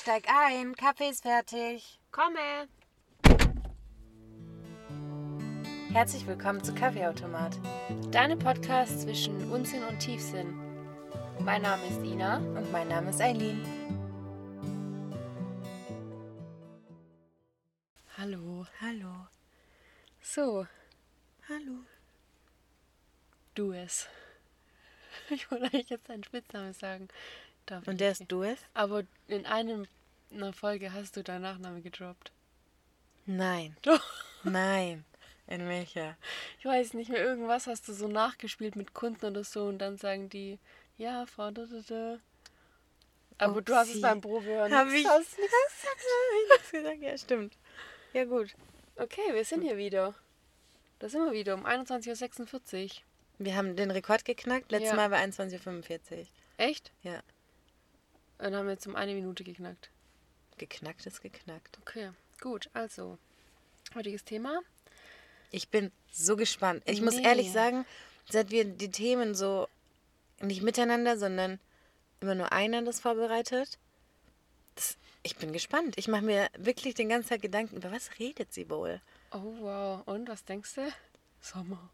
Steig ein, Kaffee ist fertig. Komme! Herzlich willkommen zu Kaffeeautomat. Deine Podcast zwischen Unsinn und Tiefsinn. Mein Name ist Ina. Und mein Name ist Eileen. Hallo. Hallo. So, Hallo. du es. Ich wollte eigentlich jetzt deinen Spitznamen sagen. Darf ich Und der nicht. ist du es? Aber in einem, einer Folge hast du deinen Nachnamen gedroppt. Nein. Doch. Nein. In welcher? Ich weiß nicht mehr, irgendwas hast du so nachgespielt mit Kunden oder so und dann sagen die, ja, Frau. Da, da, da. Aber du hast es Upsi. beim Probehören. Hab ich- Hast nicht- Hast du gesagt? Ja, stimmt. Ja, gut. Okay, wir sind hier wieder. Da sind wir wieder um 21.46 Uhr. Wir haben den Rekord geknackt. Letztes Ja. Mal war 21.45 Uhr. Echt? Ja. Dann haben wir jetzt um eine Minute geknackt. Geknackt ist geknackt. Okay, gut, also. Heutiges Thema. Ich bin so gespannt. Ich muss Nee. ehrlich sagen, seit wir die Themen so nicht miteinander, sondern immer nur einer das vorbereitet, das, ich bin gespannt. Ich mache mir wirklich den ganzen Tag Gedanken, über was redet sie wohl? Oh wow. Und was denkst du? Sommer.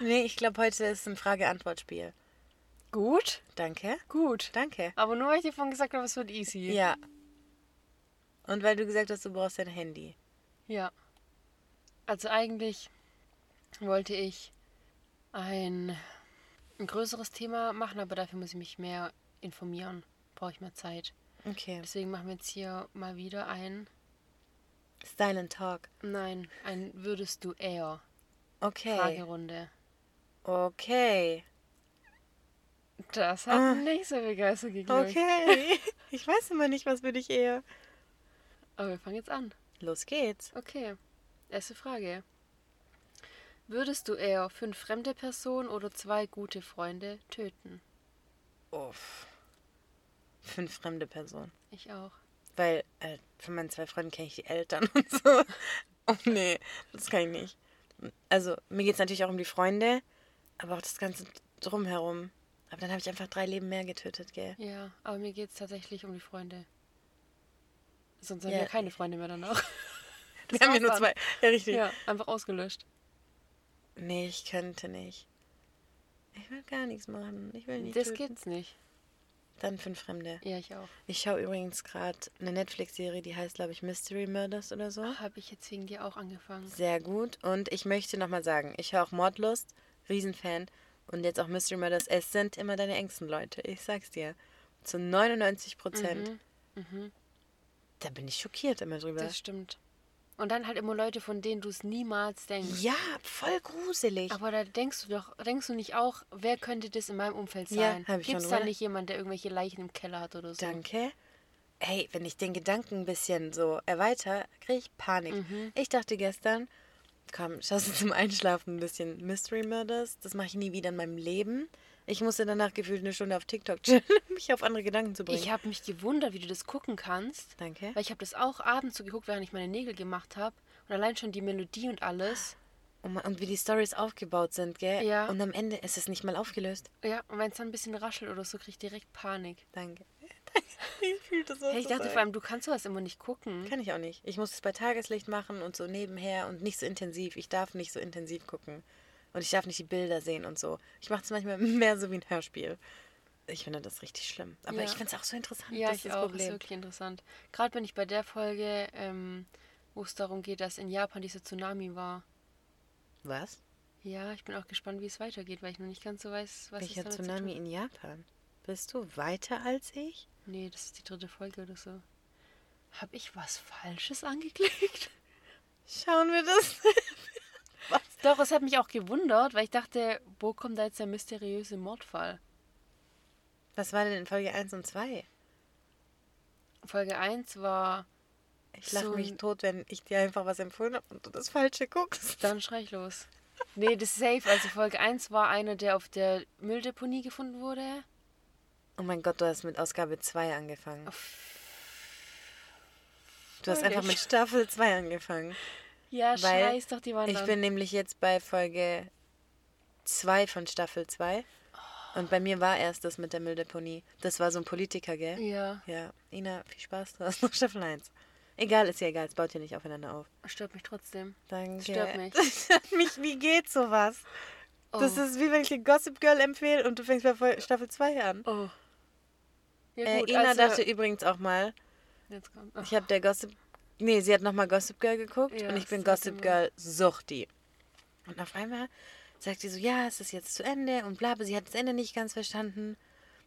Nee, ich glaube, heute ist ein Frage-Antwort-Spiel. Gut? Danke. Gut. Danke. Aber nur weil ich dir vorhin gesagt habe, es wird easy. Ja. Und weil du gesagt hast, du brauchst dein Handy. Ja. Also eigentlich wollte ich ein, ein größeres Thema machen, aber dafür muss ich mich mehr informieren. Brauche ich mehr Zeit. Okay. Deswegen machen wir jetzt hier mal wieder ein. Style and Talk. Nein, ein würdest du eher Okay. Fragerunde. Okay. Das hat Ah. nicht so begeistert geglückt. Okay. Ich weiß immer nicht, was würde ich eher. Aber wir fangen jetzt an. Los geht's. Okay. Erste Frage. Würdest du eher fünf fremde Personen oder zwei gute Freunde töten? Uff. Fünf fremde Personen. Ich auch. Weil äh, von meinen zwei Freunden kenne ich die Eltern und so. Oh nee, das kann ich nicht. Also, mir geht es natürlich auch um die Freunde, aber auch das Ganze drumherum. Aber dann habe ich einfach drei Leben mehr getötet, gell? Ja, aber mir geht es tatsächlich um die Freunde. Sonst haben Ja. wir keine Freunde mehr danach. Wir haben ja nur war's dann. zwei. Ja, richtig. ja, einfach ausgelöscht. Nee, ich könnte nicht. Ich will gar nichts machen. Ich will nicht. Das töten. geht's nicht. Dann fünf Fremde. Ja, ich auch. Ich schaue übrigens gerade eine Netflix-Serie, die heißt, glaube ich, Mystery Murders oder so. Habe Ah. ich jetzt wegen dir auch angefangen. Sehr gut. Und ich möchte nochmal sagen, ich höre auch Mordlust, Riesenfan und jetzt auch Mystery Murders. Es sind immer deine engsten Leute. Ich sag's dir. Zu 99 Prozent. Mhm, mhm, Da bin ich schockiert immer drüber. das stimmt. Und dann halt immer Leute, von denen du es niemals denkst. Ja, voll gruselig. Aber da denkst du doch, denkst du nicht auch, wer könnte das in meinem Umfeld Ja, sein? hab ich schon Gibt es da drüber- nicht jemand, der irgendwelche Leichen im Keller hat oder so? Danke. Hey, wenn ich den Gedanken ein bisschen so erweitere, kriege ich Panik. Mhm. Ich dachte gestern, komm, schaust du zum Einschlafen ein bisschen Mystery Murders. Das mache ich nie wieder in meinem Leben. Ich musste danach gefühlt eine Stunde auf TikTok chillen, um mich auf andere Gedanken zu bringen. Ich habe mich gewundert, wie du das gucken kannst. Danke. Weil ich habe das auch abends so geguckt, während ich meine Nägel gemacht habe. Und allein schon die Melodie und alles. Und, ma- und wie die Stories aufgebaut sind, gell? Ja. Und am Ende ist es nicht mal aufgelöst. Ja, und wenn es dann ein bisschen raschelt oder so, krieg ich direkt Panik. Danke. ich fühlte so. Hey, ich dachte vor allem, du kannst sowas immer nicht gucken. Kann ich auch nicht. Ich muss es bei Tageslicht machen und so nebenher und nicht so intensiv. Ich darf nicht so intensiv gucken. Und ich darf nicht die Bilder sehen und so. Ich mache es manchmal mehr so wie ein Hörspiel. Ich finde das richtig schlimm. Aber Ja. ich finde es auch so interessant. Ja, das ich ist auch. Also, das Ist Problem. wirklich interessant. Gerade bin ich bei der Folge, ähm, wo es darum geht, dass in Japan dieser Tsunami war. Was? Ja, ich bin auch gespannt, wie es weitergeht, weil ich noch nicht ganz so weiß, was es Welcher damit zu tun Tsunami in Japan? Bist du weiter als ich? Nee, das ist die dritte Folge oder so. Hab ich was Falsches angeklickt? Schauen wir das. Doch, es hat mich auch gewundert, weil ich dachte, wo kommt da jetzt der mysteriöse Mordfall? Was war denn in Folge 1 und 2? Folge 1 war Ich lache So mich ein- tot, wenn ich dir einfach was empfohlen habe und du das Falsche guckst. dann schrei ich los. Nee, das ist safe. Also Folge 1 war einer, der auf der Mülldeponie gefunden wurde. Oh mein Gott, du hast mit Ausgabe 2 angefangen. Du hast Völlig. einfach mit Staffel 2 angefangen. Ja, Weil scheiß doch die waren Ich dann. bin nämlich jetzt bei Folge 2 von Staffel 2. Und bei mir war erst das mit der Mülldeponie. Das war so ein Politiker, gell? Ja, Ja. Ina, viel Spaß, du hast noch Staffel 1. Egal, ist ja egal, es baut ja nicht aufeinander auf. stört mich trotzdem. Danke. Stört mich. Stört mich, wie geht sowas? Oh. Das ist wie wenn ich dir Gossip Girl empfehle und du fängst bei Fol- Staffel 2 an. Oh. Ja, Äh, gut, Ina also, dachte übrigens auch mal, jetzt Oh, kommt. Ach, ich habe der Gossip. Nee, sie hat nochmal Gossip Girl geguckt Ja, und ich das bin sagt Gossip immer. Girl Suchti. Und auf einmal sagt sie so: Ja, es ist jetzt zu Ende und bla, aber sie hat das Ende nicht ganz verstanden.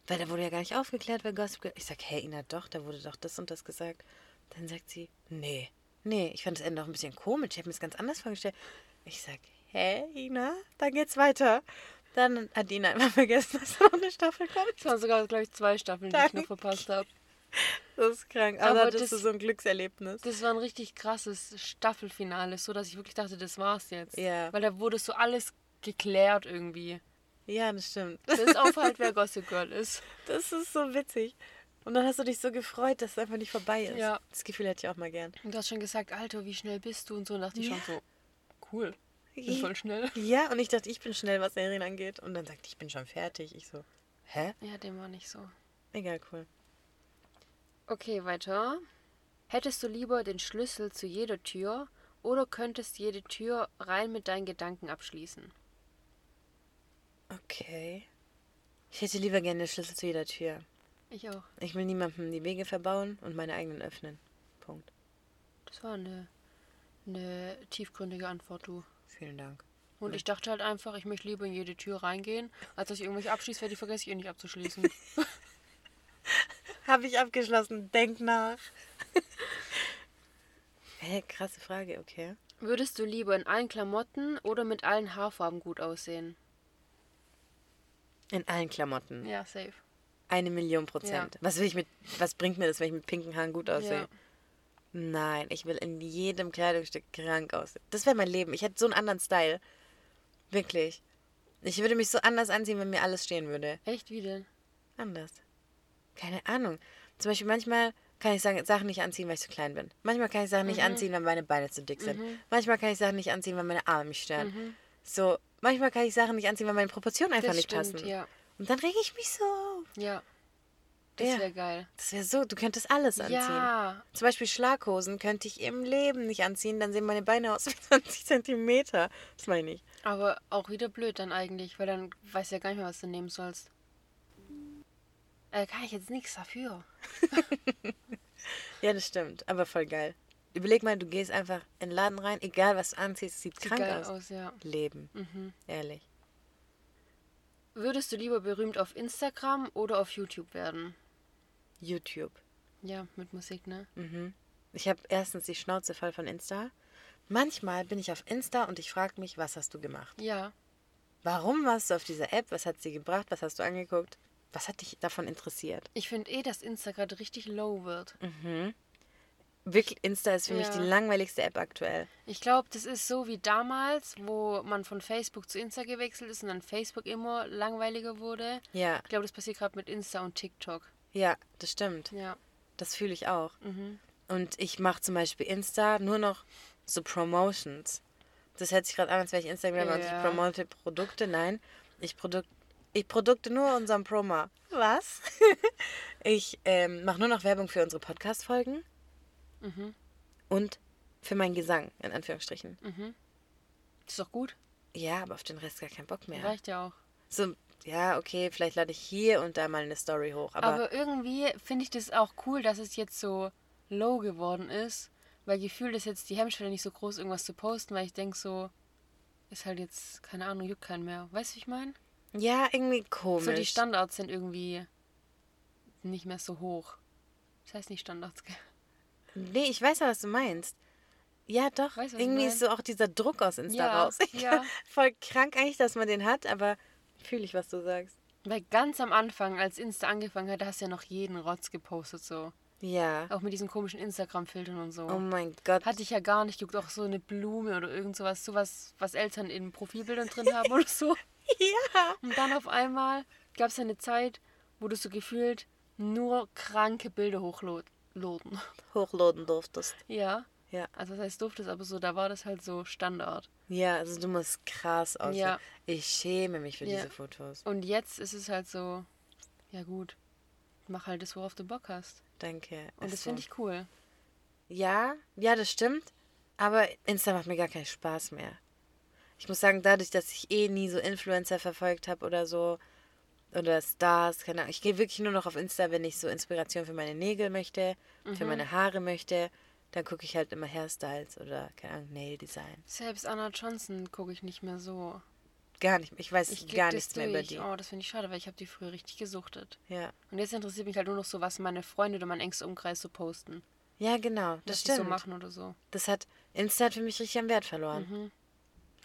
Weil da wurde ja gar nicht aufgeklärt bei Gossip Girl. Ich sag: Hey, Ina, doch, da wurde doch das und das gesagt. Dann sagt sie: Nee, nee, ich fand das Ende auch ein bisschen komisch. Ich habe mir das ganz anders vorgestellt. Ich sag: Hä, Ina, dann geht's weiter. Dann hat Ina einfach vergessen, dass da noch eine Staffel kommt. das waren sogar, glaube ich, zwei Staffeln, die ich Danke. noch verpasst habe. Das ist krank. Aber, Aber hattest das- du so ein Glückserlebnis. Das war ein richtig krasses Staffelfinale, so dass ich wirklich dachte, das war's jetzt. Ja. Weil da wurde so alles geklärt irgendwie. Ja, das stimmt. Bis auf halt, wer Gossip Girl ist. Das ist so witzig. Und dann hast du dich so gefreut, dass es einfach nicht vorbei ist. Ja. Das Gefühl hätte ich auch mal gern. Und du hast schon gesagt, Alter, wie schnell bist du und so. Und dachte ich Ja. schon so, cool. Ich bin voll schnell. Ja, und ich dachte, ich bin schnell, was Serien angeht. Und dann sagt, ich bin schon fertig. Ich so, hä? Ja, dem war nicht so. Egal, cool. Okay, weiter. Hättest du lieber den Schlüssel zu jeder Tür oder könntest jede Tür rein mit deinen Gedanken abschließen? Okay. Ich hätte lieber gerne den Schlüssel zu jeder Tür. Ich auch. Ich will niemandem die Wege verbauen und meine eigenen öffnen. Punkt. Das war eine, eine tiefgründige Antwort, du. Vielen Dank. Und ich dachte halt einfach, ich möchte lieber in jede Tür reingehen, als dass ich irgendwelche abschließe, weil die vergesse ich eh nicht abzuschließen. Habe ich abgeschlossen. Denk nach. Hä, krasse Frage, okay. Würdest du lieber in allen Klamotten oder mit allen Haarfarben gut aussehen? In allen Klamotten. Ja, safe. Eine Million Prozent. Was will ich mit, was bringt mir das, wenn ich mit pinken Haaren gut aussehe? Ja. Nein, ich will in jedem Kleidungsstück krank aussehen. Das wäre mein Leben. Ich hätte so einen anderen Style. Wirklich. Ich würde mich so anders anziehen, wenn mir alles stehen würde. Echt, wie denn? Anders. Keine Ahnung. Zum Beispiel manchmal kann ich Sachen Sachen nicht anziehen, weil ich zu klein bin. Manchmal kann ich Sachen Mhm. nicht anziehen, weil meine Beine zu dick sind. Manchmal kann ich Sachen nicht anziehen, weil meine Arme mich stören. So, manchmal kann ich Sachen nicht anziehen, weil meine Proportionen einfach Mhm. Das nicht stimmt, passen. ja. Und dann reg ich mich so auf. Ja. Das Ja. wäre geil. Das wäre so, du könntest alles anziehen. Ja. Zum Beispiel Schlaghosen könnte ich im Leben nicht anziehen, dann sehen meine Beine aus wie 20 Zentimeter. Das meine ich. Aber auch wieder blöd dann eigentlich, weil dann weißt du ja gar nicht mehr, was du nehmen sollst. Äh, kann ich jetzt nichts dafür. Ja, das stimmt, aber voll geil. Überleg mal, du gehst einfach in den Laden rein, egal was du anziehst, sieht, Sieht krank geil aus. aus, ja. Leben, ehrlich. Würdest du lieber berühmt auf Instagram oder auf YouTube werden? YouTube. Ja, mit Musik, ne? Mhm. Ich habe erstens die Schnauze voll von Insta. Manchmal bin ich auf Insta und ich frage mich, was hast du gemacht? Ja. Warum warst du auf dieser App? Was hat sie gebracht? Was hast du angeguckt? Was hat dich davon interessiert? Ich finde eh, dass Insta gerade richtig low wird. Mhm. Wirklich, Insta ist für mich Ja. die langweiligste App aktuell. Ich glaube, das ist so wie damals, wo man von Facebook zu Insta gewechselt ist und dann Facebook immer langweiliger wurde. Ja, Ich glaube, das passiert gerade mit Insta und TikTok. ja, das stimmt. Ja. Das fühle ich auch. Mhm. Und ich mache zum Beispiel Insta nur noch so Promotions. Das hört sich gerade an, als wäre ich Instagram und ich Ja. promote Produkte. Nein, ich, produk ich produkte nur unseren Proma. Was? ich ähm, mache nur noch Werbung für unsere Podcast-Folgen Mhm. und für meinen Gesang, in Anführungsstrichen. Ist doch gut. Ja, aber auf den Rest gar keinen Bock mehr. Reicht ja auch. So, ja, okay, vielleicht lade ich hier und da mal eine Story hoch. Aber, Aber irgendwie finde ich das auch cool, dass es jetzt so low geworden ist, weil gefühlt ist jetzt die Hemmschwelle nicht so groß, irgendwas zu posten, weil ich denke so, ist halt jetzt, keine Ahnung, juckt keinen mehr. Weißt du, wie ich meine? ja, irgendwie komisch. So die Standards sind irgendwie nicht mehr so hoch. Das heißt nicht Standards, gell? Nee, ich weiß ja, was du meinst. Ja, doch. Weißt du, was ich Irgendwie mein? ist so auch dieser Druck aus Insta Ja, raus. ja. Voll krank eigentlich, dass man den hat, aber fühle ich, was du sagst. Weil ganz am Anfang, als Insta angefangen hat, da hast du ja noch jeden Rotz gepostet, so. Ja. Auch mit diesen komischen Instagram-Filtern und so. Oh mein Gott. Hatte ich ja gar nicht geguckt, auch so eine Blume oder irgend sowas, sowas, was Eltern in Profilbildern drin haben oder so. ja. Und dann auf einmal gab es ja eine Zeit, wo du so gefühlt nur kranke Bilder hochloden. Hochladen durftest. Ja. Ja. Also was heißt durftest, aber so, da war das halt so Standard. Ja, also du musst krass aussehen. Ja. Ich schäme mich für Ja. diese Fotos. Und jetzt ist es halt so, ja gut, mach halt das, worauf du Bock hast. Danke. Und Ist das so. finde ich cool. Ja, ja, das stimmt. Aber Insta macht mir gar keinen Spaß mehr. Ich muss sagen, dadurch, dass ich eh nie so Influencer verfolgt habe oder so, oder Stars, keine Ahnung. Ich gehe wirklich nur noch auf Insta, wenn ich so Inspiration für meine Nägel möchte, für Mhm. meine Haare möchte. Dann gucke ich halt immer Hairstyles oder, keine Ahnung, Nail Design. Selbst Anna Johnson gucke ich nicht mehr so. Gar nicht, ich weiß Ich klick gar das nichts mehr über durch. die. Oh, das finde ich schade, weil ich habe die früher richtig gesuchtet. Ja. Und jetzt interessiert mich halt nur noch so, was meine Freunde oder mein engster Umkreis so posten. ja, genau, das was die so stimmt. machen oder so. das hat, Insta hat für mich richtig an Wert verloren.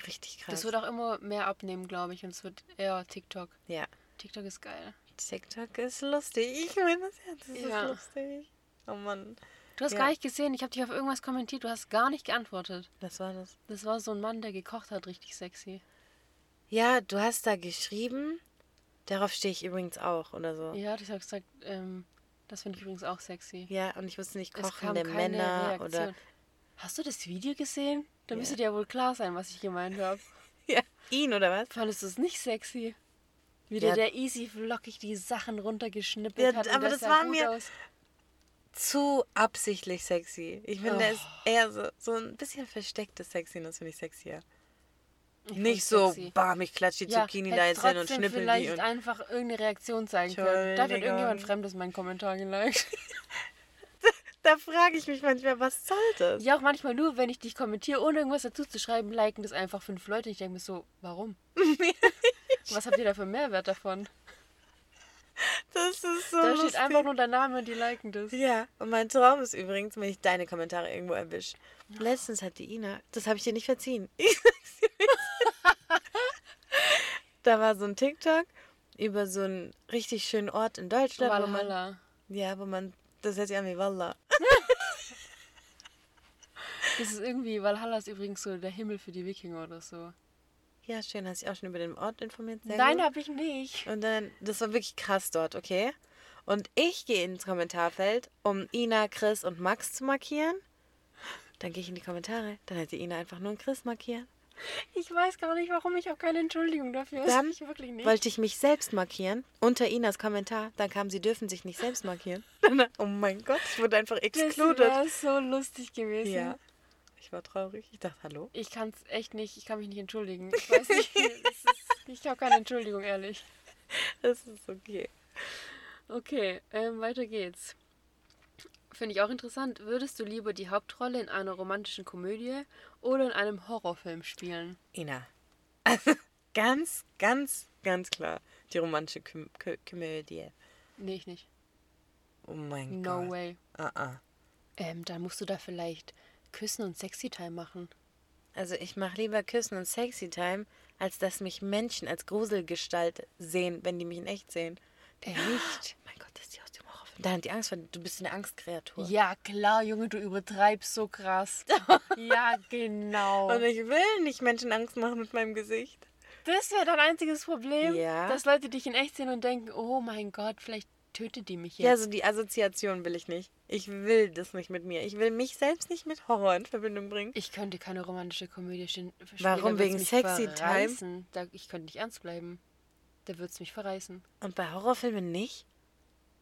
Richtig krass. Mhm. Das wird auch immer mehr abnehmen, glaube ich. Und es wird eher TikTok. ja. TikTok ist geil. TikTok ist lustig. Ich meine, das Herz ist Ja. so lustig. Oh Mann. Du hast Ja. gar nicht gesehen, ich habe dich auf irgendwas kommentiert, du hast gar nicht geantwortet. Was war das? Das war so ein Mann, der gekocht hat, richtig sexy. Ja, du hast da geschrieben. Darauf stehe ich übrigens auch oder so. Ja, ich habe gesagt, ähm, das finde ich übrigens auch sexy. Ja, und ich wusste nicht, kochende Männer oder. Hast du das Video gesehen? Da müsste dir ja wohl klar sein, was ich gemeint habe. Ja, ihn oder was? Fandest du es nicht sexy? Wie Ja. der, der easy flockig die Sachen runtergeschnippelt Ja, hat. und aber das sah war gut mir- Aus. Zu absichtlich sexy. Ich finde, da Oh. ist eher so, so ein bisschen verstecktes Sexiness, finde ich sexier. Ich Nicht fand's so, sexy. bam, ich klatsche die Ja, Zucchini hätte da jetzt hin und trotzdem schnippel die. vielleicht Und einfach irgendeine Reaktion zeigen können. Da hat Entschuldigung. irgendjemand Fremdes meinen Kommentar geliked. da frage ich mich manchmal, was soll das? Ja, auch manchmal nur, wenn ich dich kommentiere, ohne irgendwas dazu zu schreiben, liken das einfach fünf Leute. Ich denke mir so, warum? Was habt ihr da für einen Mehrwert davon? Das ist so. Da steht lustig. einfach nur dein Name und die liken das. Ja, und mein Traum ist übrigens, wenn ich deine Kommentare irgendwo erwische. Letztens hat die Ina, das habe ich dir nicht verziehen. Ich sag's dir nicht. da war so ein TikTok über so einen richtig schönen Ort in Deutschland, wo man, Valhalla. ja, wo man, das hört sich an wie Walla. Das ist irgendwie, Valhalla ist übrigens so der Himmel für die Wikinger oder so. Ja, schön, hast dich auch schon über den Ort informiert. Sehr Nein, gut. hab ich nicht. Und dann, das war wirklich krass dort, okay? Und ich gehe ins Kommentarfeld, um Ina, Chris und Max zu markieren. Dann gehe ich in die Kommentare, dann hat die Ina einfach nur einen Chris markiert. Ich weiß gar nicht, warum. Ich habe keine Entschuldigung dafür. Dann ich wirklich nicht. wollte ich mich selbst markieren. Unter Inas Kommentar, dann kam, sie dürfen sich nicht selbst markieren. oh mein Gott, ich wurde einfach das excluded. wäre so lustig gewesen. Ja. Ich war traurig. Ich dachte, hallo? Ich kann es echt nicht, ich kann mich nicht entschuldigen. Ich weiß nicht, wie- das ist, ich habe keine Entschuldigung, ehrlich. Das ist okay. Okay, ähm, weiter geht's. Finde ich auch interessant. Würdest du lieber die Hauptrolle in einer romantischen Komödie oder in einem Horrorfilm spielen? Ina. Also, ganz, ganz, ganz klar. Die romantische Kö Kö Komödie. Nee, ich nicht. Oh mein No Gott. way. Ah, ah. Ähm, dann musst du da vielleicht Küssen und Sexy Time machen. Also ich mache lieber Küssen und Sexy Time, als dass mich Menschen als Gruselgestalt sehen, wenn die mich in echt sehen. Ah, Echt? Mein Gott, das ist die aus dem Horrorfilm. Da hat die Angst vor, du bist eine Angstkreatur. Ja, klar, Junge, du übertreibst so krass. ja, genau. Und ich will nicht Menschen Angst machen mit meinem Gesicht. Das wäre dein einziges Problem, Ja. dass Leute dich in echt sehen und denken, oh mein Gott, vielleicht tötet die mich jetzt. Ja, so die Assoziation will ich nicht. Ich will das nicht mit mir. Ich will mich selbst nicht mit Horror in Verbindung bringen. Ich könnte keine romantische Komödie schien- spielen. Warum? da würd's Wegen mich Sexy Time? verreißen. Da, ich könnte nicht ernst bleiben. Da würde es mich verreißen. Und bei Horrorfilmen nicht?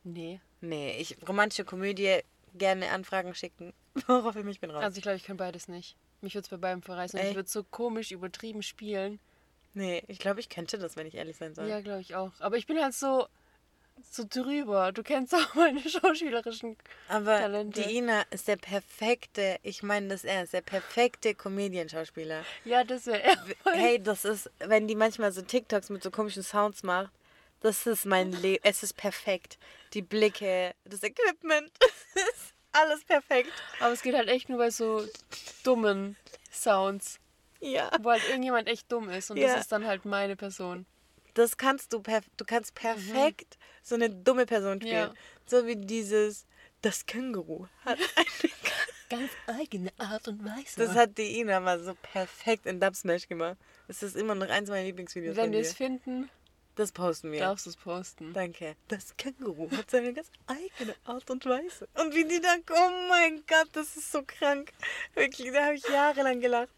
Nee. Nee, ich romantische Komödie gerne Anfragen schicken. Horrorfilm, ich bin raus. Also ich glaube, ich kann beides nicht. Mich würde es bei beidem verreißen. Und Echt? ich würde so komisch übertrieben spielen. nee, ich glaube, ich könnte das, wenn ich ehrlich sein soll. Ja, glaube ich auch. Aber ich bin halt so, so drüber. Du kennst auch meine schauspielerischen. Aber Talente. die Ina ist der perfekte, ich meine das ernst, der perfekte Comedian-Schauspieler. Ja, das wäre er. Hey, das ist, wenn die manchmal so TikToks mit so komischen Sounds macht, das ist mein Leben. Es ist perfekt. Die Blicke, das Equipment, das ist alles perfekt. Aber es geht halt echt nur bei so dummen Sounds. Ja. Wo halt irgendjemand echt dumm ist. Und Ja. das ist dann halt meine Person. Das kannst du perf du kannst perfekt so eine dumme Person spielen. Ja. So wie dieses das Känguru hat eine Ganz eigene Art und Weise. Das hat die Ina mal so perfekt in Dub Smash gemacht. Es ist immer noch eins meiner Lieblingsvideos Wenn von wir dir. es finden. Das posten wir. Darfst du es posten? Danke. Das Känguru hat seine ganz eigene Art und Weise. Und wie die dann, oh mein Gott, das ist so krank. Wirklich, da habe ich jahrelang gelacht.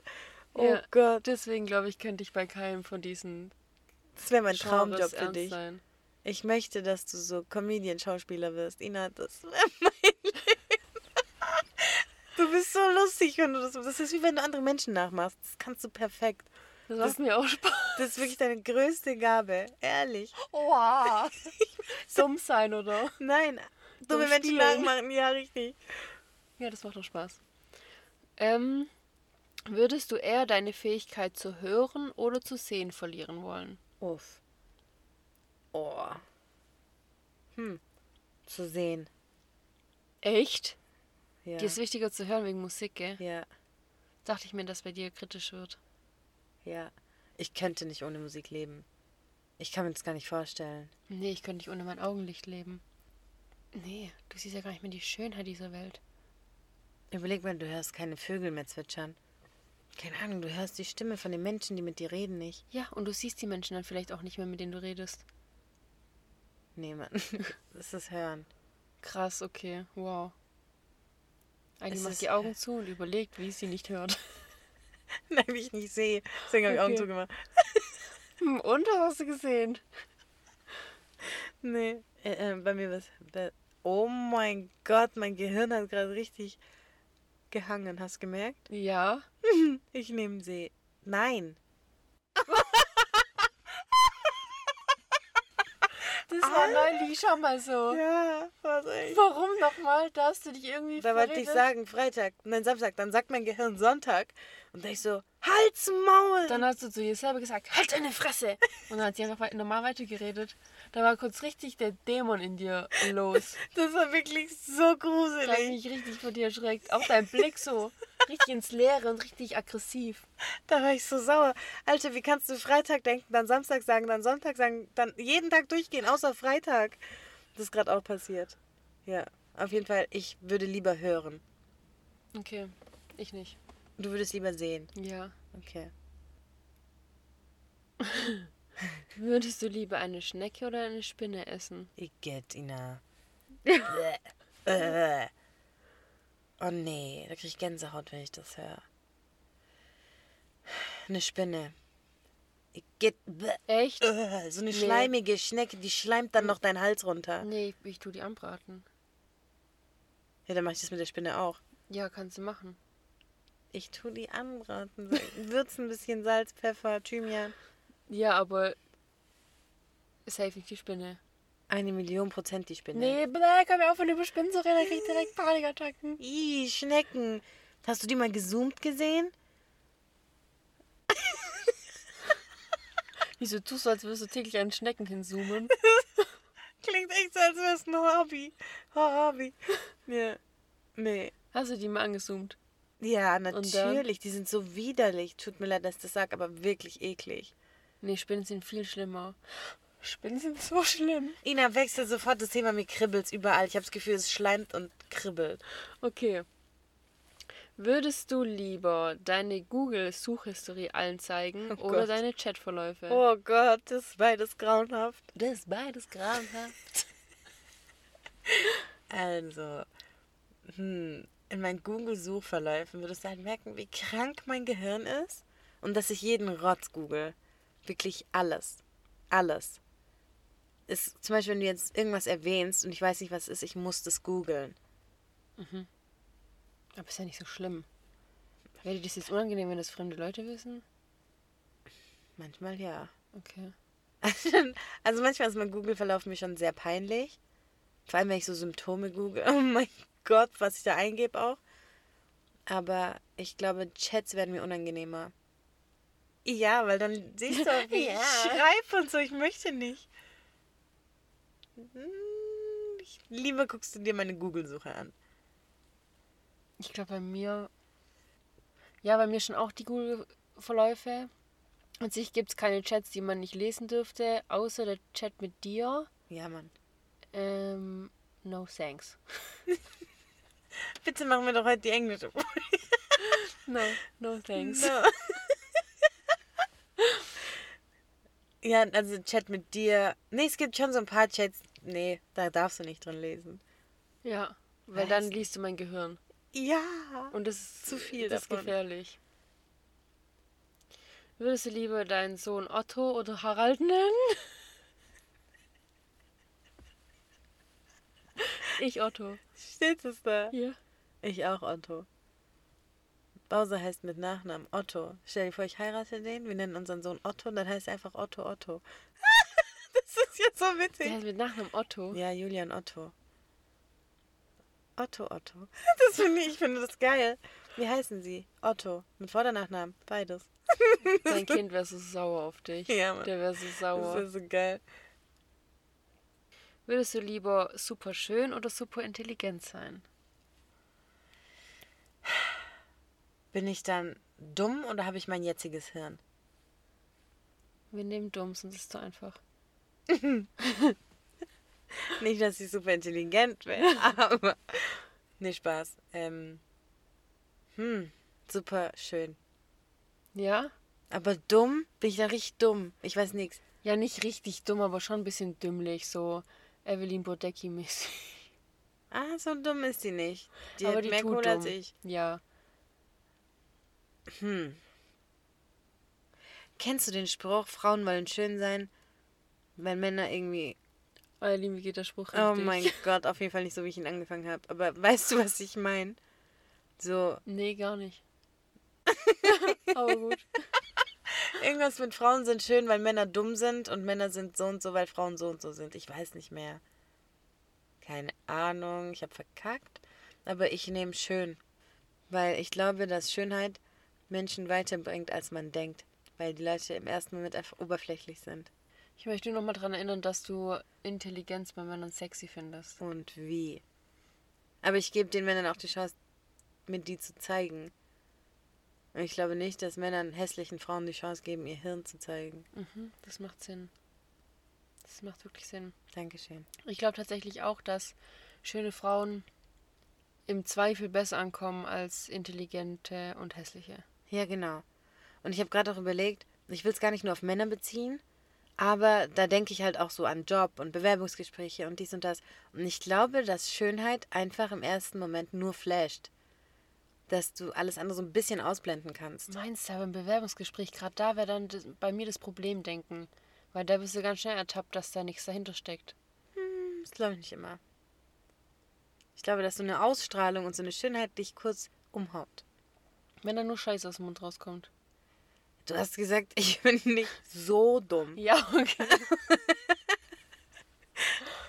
Oh Ja. Gott, Deswegen glaube ich, könnte ich bei keinem von diesen das wäre mein Genres Traumjob für ernst dich. sein. Ich möchte, dass du so Comedian-Schauspieler wirst. Ina, das wäre mein Leben. Du bist so lustig, wenn du das. Das ist wie wenn du andere Menschen nachmachst. Das kannst du perfekt. Das macht mir auch Spaß. Das ist wirklich deine größte Gabe. Ehrlich. Oha. Dumm sein, oder? Nein. Dumme Dumm Menschen spielen. nachmachen, ja, richtig. Ja, das macht doch Spaß. Ähm, würdest du eher deine Fähigkeit zu hören oder zu sehen verlieren wollen? Uff. Oh. Hm. Zu sehen. Echt? Ja. Dir ist wichtiger zu hören wegen Musik, gell? ja, Dachte ich mir, dass bei dir kritisch wird. ja. Ich könnte nicht ohne Musik leben. Ich kann mir das gar nicht vorstellen. Nee, ich könnte nicht ohne mein Augenlicht leben. Nee, du siehst ja gar nicht mehr die Schönheit dieser Welt. Überleg mal, du hörst keine Vögel mehr zwitschern. Keine Ahnung, du hörst die Stimme von den Menschen, die mit dir reden, nicht. Ja, und du siehst die Menschen dann vielleicht auch nicht mehr, mit denen du redest. Nee, Mann. Das ist Hören. Krass, okay, wow. Eigentlich Es macht ist- die Augen zu und überlegt, wie sie nicht hört. Nein, wie ich nicht sehe. Deswegen habe ich Augen Okay. zugemacht. Hm, Und was hast du gesehen? Nee. Äh, äh, bei mir was. bei- Oh mein Gott, mein Gehirn hat gerade richtig gehangen. Hast du gemerkt? Ja. Ich nehme sie. Nein. Das war neulich schon mal so. Ja, was echt. Warum nochmal? Darfst du dich irgendwie Da wollte ich sagen, verreden? Freitag, nein, Samstag, dann sagt mein Gehirn Sonntag. Und da ich so, Hals, Maul! Dann hast du zu dir selber gesagt, halt deine Fresse! Und dann hat sie einfach wei- normal weitergeredet. Da war kurz richtig der Dämon in dir los. das war wirklich so Da hab ich gruselig. mich richtig von dir erschreckt. Auch dein Blick so richtig ins Leere und richtig aggressiv. Da war ich so sauer. Alter, wie kannst du Freitag denken, dann Samstag sagen, dann Sonntag sagen, dann jeden Tag durchgehen, außer Freitag. Das ist gerade auch passiert. Ja, auf jeden Fall, ich würde lieber hören. Okay, ich nicht. Du würdest lieber sehen. Ja. Okay. Würdest du lieber eine Schnecke oder eine Spinne essen? Ich get Ina. Bäh. Äh. Oh nee, da kriege ich Gänsehaut, wenn ich das höre. Eine Spinne. Ich get Bäh. Echt? Äh. So eine schleimige Schnecke, die schleimt dann noch deinen Hals runter. Nee, ich tu die anbraten. Ja, dann mache ich das mit der Spinne auch. Ja, kannst du machen. Ich tue die anbraten, würze ein bisschen Salz, Pfeffer, Thymian. Ja, aber safe nicht die Spinne. Eine Million Prozent die Spinne. Nee, bläh, komm mir auf, wenn du über Spinnen so reden, dann krieg ich direkt Panikattacken. Ih, Schnecken. Hast du die mal gezoomt gesehen? Wieso tust du, als würdest du täglich einen Schnecken hinzoomen? Klingt echt so, als wäre es ein Hobby. Hobby. Ja. Nee. Hast du die mal angezoomt? Ja, dann? natürlich. Die sind so widerlich. Tut mir leid, dass ich das sage, aber wirklich eklig. Nee, Spinnen sind viel schlimmer. Spinnen sind so schlimm. Ina, wechsel sofort das Thema. Mir kribbelt's überall. Ich habe das Gefühl, es schleimt und kribbelt. Okay. Würdest du lieber deine Google-Suchhistorie allen zeigen Oh oder Gott. deine Chatverläufe? Oh Gott, das ist beides grauenhaft. Das ist beides grauenhaft. Also, hm, in meinen Google-Suchverläufen würdest du halt merken, wie krank mein Gehirn ist und dass ich jeden Rotz google. Wirklich alles. Alles. Ist, zum Beispiel, wenn du jetzt irgendwas erwähnst und ich weiß nicht, was es ist, ich muss das googeln. Aber ist ja nicht so schlimm. Wäre dir das jetzt unangenehm, wenn das fremde Leute wissen? Manchmal ja. Okay. Also manchmal ist mein Google-Verlauf mir schon sehr peinlich. Vor allem, wenn ich so Symptome google. Oh mein Gott, was ich da eingebe auch. Aber ich glaube, Chats werden mir unangenehmer. Ja, weil dann siehst du, auch, wie Ja. ich schreibe und so. Ich möchte nicht. Hm, Ich, lieber guckst du dir meine Google-Suche an. Ich glaube, bei mir. Ja, bei mir schon auch die Google-Verläufe. An sich gibt es keine Chats, die man nicht lesen dürfte, außer der Chat mit dir. Ja, Mann. Ähm, no thanks. Bitte machen wir doch heute die englische. No, no thanks. So. Ja, also Chat mit dir. Nee, es gibt schon so ein paar Chats. Nee, da darfst du nicht drin lesen. Ja, weil Was? dann liest du mein Gehirn. Ja. Und das ist äh, Zu viel das davon. ist gefährlich. Würdest du lieber deinen Sohn Otto oder Harald nennen? Ich Otto. Steht es da? Ja. Ich auch, Otto. Bowser heißt mit Nachnamen Otto. Stell dir vor, ich heirate den, wir nennen unseren Sohn Otto und dann heißt er einfach Otto Otto. das ist jetzt so Der witzig. heißt mit Nachnamen Otto. Ja, Julian Otto. Otto Otto. Das finde ich, ich finde das geil. Wie heißen sie? Otto. Mit Vordernachnamen. Beides. Dein Kind wäre so sauer auf dich. Ja, Mann. Der wäre so Das sauer. ist so geil. Würdest du lieber super schön oder super intelligent sein? Bin ich dann dumm oder habe ich mein jetziges Hirn? Wir nehmen dumm, sonst ist du einfach. Nicht, dass ich super intelligent bin, aber. Nee, Spaß. Ähm, hm, super schön. Ja? Aber dumm bin ich da richtig dumm. Ich weiß nichts. Ja, nicht richtig dumm, aber schon ein bisschen dümmlich, so Evelyn Bodecki-mäßig. Ah, so dumm ist die nicht. Die aber hat die mehr tut Kohle dumm. als ich. Ja. Kennst du den Spruch, Frauen wollen schön sein? Wenn Männer irgendwie. Euer Liebe geht der Spruch richtig. Oh mein Gott, auf jeden Fall nicht so, wie ich ihn angefangen habe. Aber weißt du, was ich meine? So, Nee, gar nicht. aber gut. irgendwas mit Frauen sind schön, weil Männer dumm sind und Männer sind so und so, weil Frauen so und so sind. Ich weiß nicht mehr. Keine Ahnung, ich habe verkackt. Aber ich nehme schön, weil ich glaube, dass Schönheit Menschen weiterbringt, als man denkt. Weil die Leute im ersten Moment einfach oberflächlich sind. Ich möchte nur nochmal daran erinnern, dass du Intelligenz bei Männern sexy findest. Und wie. Aber ich gebe den Männern auch die Chance, mir die zu zeigen. Und ich glaube nicht, dass Männern hässlichen Frauen die Chance geben, ihr Hirn zu zeigen. Mhm, das macht Sinn. Das macht wirklich Sinn. Dankeschön. Ich glaube tatsächlich auch, dass schöne Frauen im Zweifel besser ankommen als intelligente und hässliche. Ja, genau. Und ich habe gerade auch überlegt, ich will es gar nicht nur auf Männer beziehen, aber da denke ich halt auch so an Job und Bewerbungsgespräche und dies und das. Und ich glaube, dass Schönheit einfach im ersten Moment nur flasht. Dass du alles andere so ein bisschen ausblenden kannst. Meinst du aber im Bewerbungsgespräch, gerade da wäre dann das, bei mir das Problemdenken. Weil da wirst du ganz schnell ertappt, dass da nichts dahinter steckt. Das glaube ich nicht immer. Ich glaube, dass so eine Ausstrahlung und so eine Schönheit dich kurz umhaut. Wenn da nur Scheiße aus dem Mund rauskommt. Du hast gesagt, ich bin nicht so dumm. Ja, okay.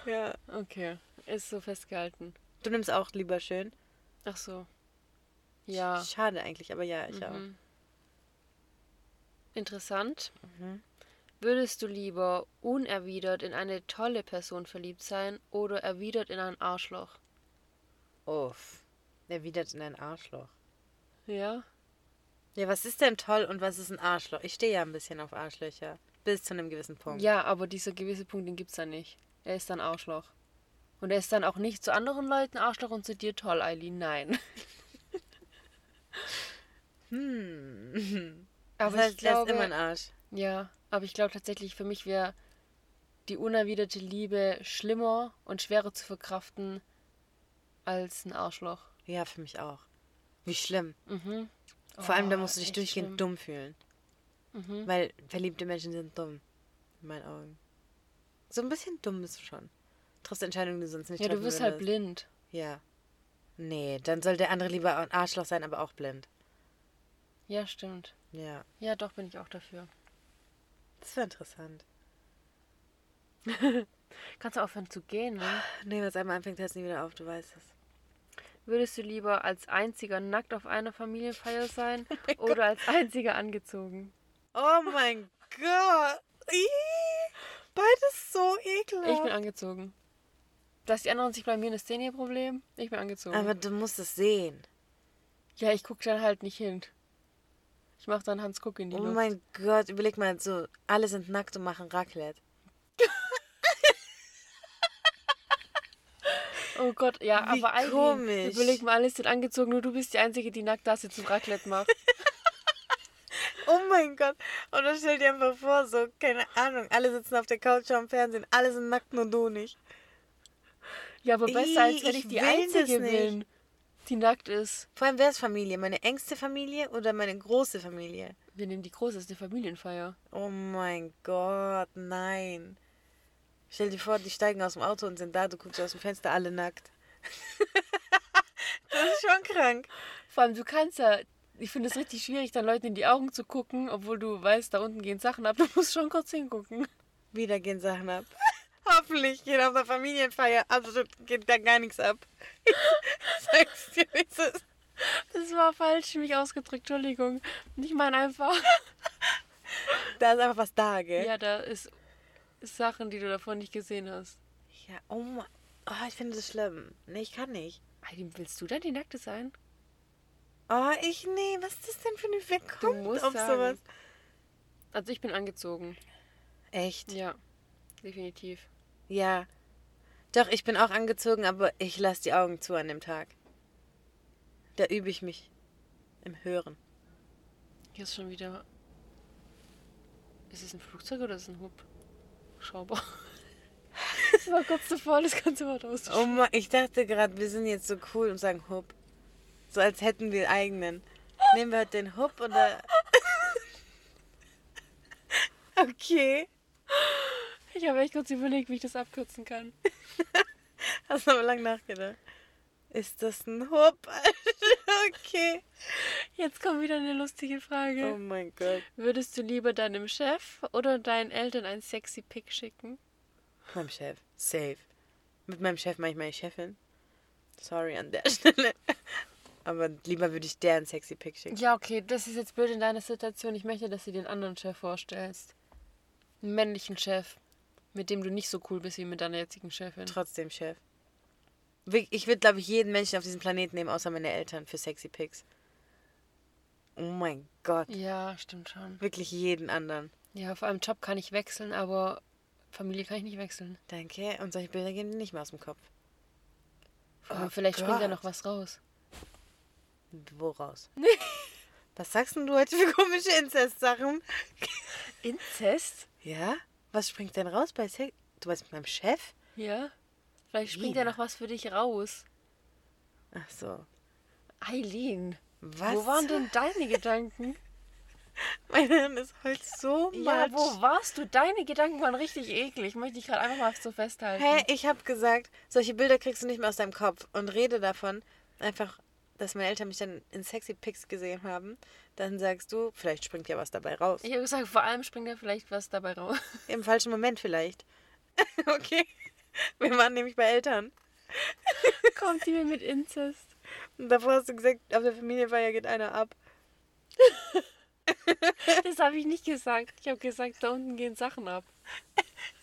Ja. Okay, ist so festgehalten. Du nimmst auch lieber schön. Ach so. Ja. Schade eigentlich, aber ja, ich auch. Mhm. Interessant. Mhm. Würdest du lieber unerwidert in eine tolle Person verliebt sein oder erwidert in ein Arschloch? Uff. Erwidert in ein Arschloch. Ja. Ja, was ist denn toll und was ist ein Arschloch? Ich stehe ja ein bisschen auf Arschlöcher. Bis zu einem gewissen Punkt. Ja, aber dieser gewisse Punkt, den gibt's da nicht. Er ist dann Arschloch. Und er ist dann auch nicht zu anderen Leuten Arschloch und zu dir toll, Eileen. Nein. aber Aber Hm. das heißt, ich glaube, er ist immer ein Arsch. Ja, aber ich glaube tatsächlich, für mich wäre die unerwiderte Liebe schlimmer und schwerer zu verkraften als ein Arschloch. Ja, für mich auch. Wie schlimm. Mhm. Vor allem, da Oh, musst du dich echt durchgehend schlimm. Mhm. dumm fühlen. Weil verliebte Menschen sind dumm. In meinen Augen. So ein bisschen dumm bist du schon. Triffst Entscheidungen, die du sonst nicht Ja, du treffen wirst halt würdest. blind. Ja. Nee, dann soll der andere lieber ein Arschloch sein, aber auch blind. Ja, stimmt. Ja. Ja, doch bin ich auch dafür. Das wäre interessant. Kannst du aufhören zu gehen, ne? Nee, was einmal anfängt, hört es nie wieder auf, du weißt es. Würdest du lieber als einziger nackt auf einer Familienfeier sein oder als einziger angezogen? Oh mein Gott. Ih, Beides so ekelhaft. Ich bin angezogen. Dass die anderen sich blamieren, ist denen ihr Problem. Ich bin angezogen. aber du musst es sehen. ja, ich gucke dann halt nicht hin. Ich mache dann Hans Guck in die Oh Luft. mein Gott, überleg mal so, alle sind nackt und machen Raclette. Oh Gott, ja, Wie aber eigentlich komisch. überleg mal, alles sind angezogen, nur du bist die Einzige, die nackt da sitzt und Raclette macht. Oh mein Gott. Und dann stell dir einfach vor, so, keine Ahnung, alle sitzen auf der Couch am Fernsehen, alle sind nackt, nur du nicht. Ja, aber Ih, besser, als wenn ich ich will die das Einzige nicht. bin, die nackt ist. Vor allem, wer ist Familie? Meine engste Familie oder meine große Familie? Wir nehmen die große, das ist eine Familienfeier. Oh mein Gott, nein. Stell dir vor, die steigen aus dem Auto und sind da, du guckst aus dem Fenster, alle nackt. das ist schon krank. Vor allem, du kannst ja. Ich finde es richtig schwierig, dann Leuten in die Augen zu gucken, obwohl du weißt, da unten gehen Sachen ab. Du musst schon kurz hingucken. Wieder gehen Sachen ab. Hoffentlich geht auf einer Familienfeier absolut geht da gar nichts ab. Ich sag's dir, wie es ist. Das war falsch, mich ausgedrückt, Entschuldigung. Ich meine einfach. Da ist einfach was da, gell? Ja, da ist Sachen, die du davon nicht gesehen hast. Ja, oh mein. Oh, ich finde das schlimm. Nee, ich kann nicht. Heidi, willst du dann die Nackte sein? Oh, ich nee, was ist das denn für eine Wer Du kommt musst auf sagen. sowas? Also ich bin angezogen. Echt? Ja, definitiv. Ja. Doch, ich bin auch angezogen, aber ich lasse die Augen zu an dem Tag. Da übe ich mich im Hören. Hier ist schon wieder... Ist es ein Flugzeug oder ist es ein Hubschrauber? Ich war kurz davor, das ganze Wort aus. Oh Mann, ich dachte gerade, wir sind jetzt so cool und sagen Hub. So als hätten wir eigenen. Nehmen wir heute den Hub oder. okay. Ich habe echt kurz überlegt, wie ich das abkürzen kann. Hast aber lang nachgedacht. Ist das ein Hub? okay. Jetzt kommt wieder eine lustige Oh Frage. mein Gott. Würdest du lieber deinem Chef oder deinen Eltern ein sexy Pick schicken? Meinem Chef. Safe. Mit meinem Chef mache ich meine Chefin. Sorry an der Stelle. Aber lieber würde ich der ein sexy Pick schicken. Ja, okay, das ist jetzt blöd in deiner Situation. Ich möchte, dass du dir einen anderen Chef vorstellst. Einen männlichen Chef, mit dem du nicht so cool bist wie mit deiner jetzigen Chefin. Trotzdem Chef. Wir- Ich würde, glaube ich, jeden Menschen auf diesem Planeten nehmen, außer meine Eltern, für sexy Pics. Oh mein Gott. Ja, stimmt schon. Wirklich jeden anderen. Ja, vor allem Job kann ich wechseln, aber Familie kann ich nicht wechseln. Danke. Und solche Bilder gehen mir nicht mehr aus dem Kopf. Aber Oh Äh, vielleicht springt ja Gott. noch was raus. Woraus? Was sagst denn du heute für komische Inzest-Sachen? Inzest? Ja? Was springt denn raus bei Sex? Du weißt, mit meinem Chef? Ja. Vielleicht springt ja Lena. noch was für dich raus. Ach so. Eileen, Was? wo waren denn deine Gedanken? Mein Hirn ist heute so ja, matsch. wo warst du? Deine Gedanken waren richtig eklig. Möchte ich gerade einfach mal so festhalten. Hä, ich hab gesagt, solche Bilder kriegst du nicht mehr aus deinem Kopf und rede davon einfach, dass meine Eltern mich dann in sexy Pics gesehen haben. Dann sagst du, vielleicht springt ja was dabei raus. Ich habe gesagt, vor allem springt ja vielleicht was dabei raus. Im falschen Moment vielleicht. okay. Wir waren nämlich bei Eltern. Kommt die mir mit Inzest? Und davor hast du gesagt, auf der Familienfeier geht einer ab. Das habe ich nicht gesagt. Ich habe gesagt, da unten gehen Sachen ab.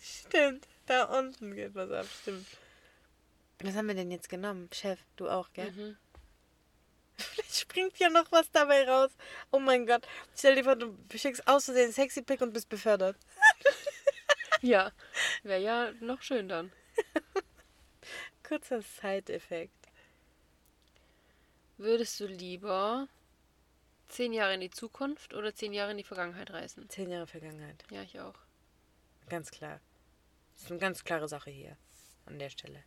Stimmt. Da unten geht was ab, stimmt. Was haben wir denn jetzt genommen? Chef, du auch, gell? Mhm. Vielleicht springt ja noch was dabei raus. Oh mein Gott. Stell dir vor, du schickst aus Versehen einen sexy Pick und bist befördert. Ja, wäre ja noch schön dann. Kurzer Side-Effekt. Würdest du lieber zehn Jahre in die Zukunft oder zehn Jahre in die Vergangenheit reisen? Zehn Jahre Vergangenheit. Ja, ich auch. Ganz klar. Das ist eine ganz klare Sache hier. An der Stelle.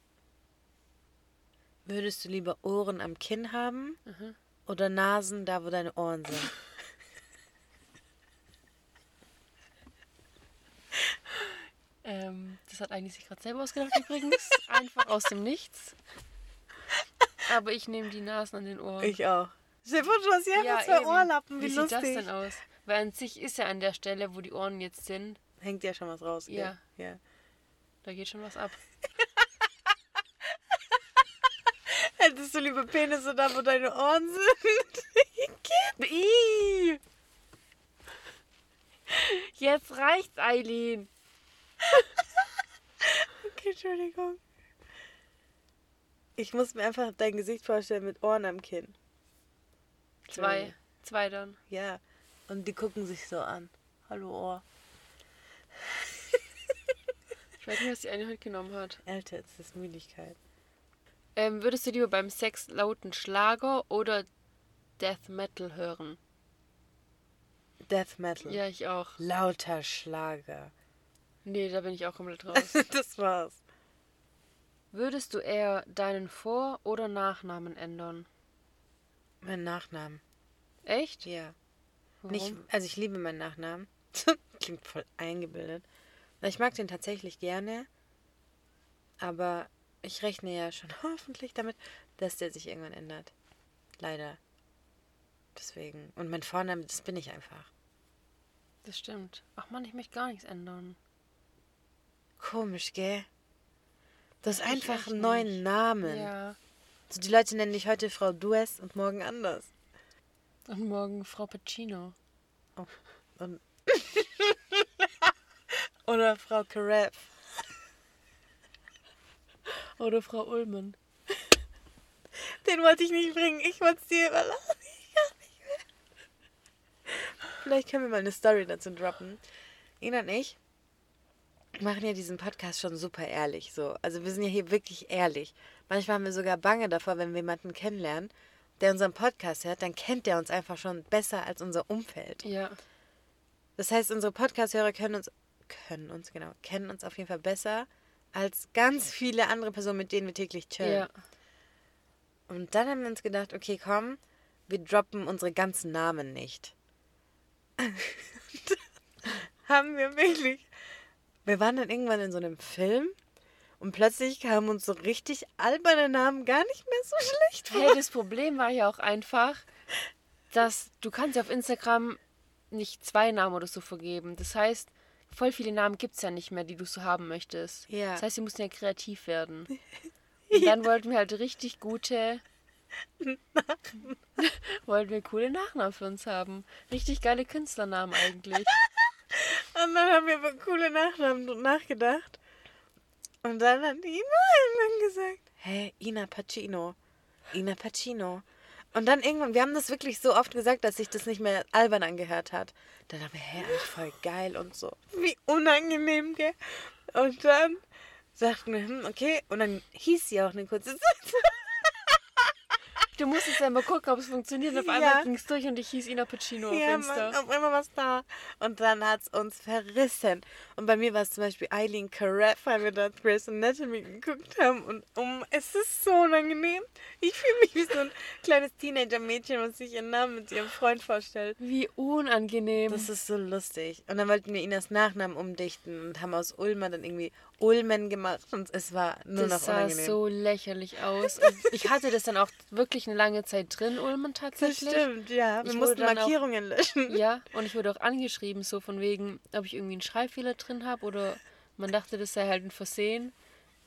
Würdest du lieber Ohren am Kinn haben oder Nasen da, wo deine Ohren sind? Ähm, das hat eigentlich sich gerade selber ausgedacht übrigens. Einfach aus dem Nichts. Aber ich nehme die Nasen an den Ohren. ich auch. Stell dir vor, du hast hier einfach zwei eben. Ohrlappen. Wie, Wie sieht lustig. das denn aus? Weil an sich ist ja an der Stelle, wo die Ohren jetzt sind, Hängt ja schon was raus. gell? Ja. ja. da geht schon was ab. Hättest du lieber Penisse da, wo deine Ohren sind? Ih! Jetzt reicht's, Eileen. Okay, Entschuldigung. Ich muss mir einfach dein Gesicht vorstellen mit Ohren am Kinn. Zwei. Zwei dann. Ja. Und die gucken sich so an. Hallo Ohr. Ich weiß nicht, was die eine heute genommen hat. Alter, ist das Müdigkeit. Ähm, würdest du lieber beim Sex lauten Schlager oder Death Metal hören? Death Metal. Ja, ich auch. Lauter Schlager. Nee, da bin ich auch komplett raus. das war's. Würdest du eher deinen Vor- oder Nachnamen ändern? Mein Nachnamen. Echt? Ja. Warum? Nicht, also ich liebe meinen Nachnamen. Klingt voll eingebildet. Ich mag den tatsächlich gerne, aber ich rechne ja schon hoffentlich damit, dass der sich irgendwann ändert. Leider. Deswegen. Und mein Vorname, das bin ich einfach. Das stimmt. Ach man, ich möchte gar nichts ändern. Komisch, gell? Du hast Ich einfach echt einen neuen nicht. Namen. Ja. So, die Leute nennen dich heute Frau Duess und morgen anders. Und morgen Frau Pacino. Oh, Und Oder Frau Karev. Oder Frau Ullmann. Den wollte ich nicht bringen. Ich wollte es dir überlassen. Ich kann nicht mehr. Vielleicht können wir mal eine Story dazu droppen. Ina und ich machen ja diesen Podcast schon super ehrlich. So. Also wir sind ja hier wirklich ehrlich. Manchmal haben wir sogar Bange davor, wenn wir jemanden kennenlernen, der unseren Podcast hört, dann kennt der uns einfach schon besser als unser Umfeld. Ja. Das heißt, unsere Podcast-Hörer können uns, können uns, genau, kennen uns auf jeden Fall besser als ganz viele andere Personen, mit denen wir täglich chillen. Ja. Und dann haben wir uns gedacht, okay, komm, wir droppen unsere ganzen Namen nicht. haben wir wirklich. Wir waren dann irgendwann in so einem Film und plötzlich kamen uns so richtig alberne Namen gar nicht mehr so schlecht vor. Hey, das Problem war ja auch einfach, dass du kannst ja auf Instagram nicht zwei Namen oder so vergeben. Das heißt, voll viele Namen gibt es ja nicht mehr, die du so haben möchtest. Ja. Das heißt, wir mussten ja kreativ werden. Und dann wollten wir halt richtig gute... wollten wir coole Nachnamen für uns haben. Richtig geile Künstlernamen eigentlich. Und dann haben wir über coole Nachnamen nachgedacht. Und dann hat Ina irgendwann gesagt, hey, Ina Pacino. Ina Pacino. Und dann irgendwann, wir haben das wirklich so oft gesagt, dass sich das nicht mehr albern angehört hat. Dann haben wir, hey, eigentlich voll geil und so. Wie unangenehm, gell? Und dann sagten wir, hm, okay. Und dann hieß sie auch eine kurze Zeit. Du musstest ja immer gucken, ob es funktioniert. Und auf einmal Ja. ging es durch und ich hieß Ina Pacino Ja, auf Insta. Mann, auf einmal was da. Und dann hat es uns verrissen. Und bei mir war es zum Beispiel Eileen Carref, weil wir da Grey's Anatomy geguckt haben. Und um, es ist so unangenehm. Ich fühle mich wie so ein kleines Teenager-Mädchen, was sich ihren Namen mit ihrem Freund vorstellt. Wie unangenehm. Das ist so lustig. Und dann wollten wir Inas Nachnamen umdichten und haben aus Ulmer dann irgendwie Ulmen gemacht. Und es war nur das noch sah unangenehm. so lächerlich aus. Und ich hatte das dann auch wirklich eine lange Zeit drin, Ulmen das tatsächlich. stimmt, ja. Wir Ich wurde mussten dann auch- Markierungen löschen. Ja, und ich wurde auch angeschrieben, so von wegen, ob ich irgendwie einen Schreibfehler drin habe oder man dachte, das sei halt ein Versehen.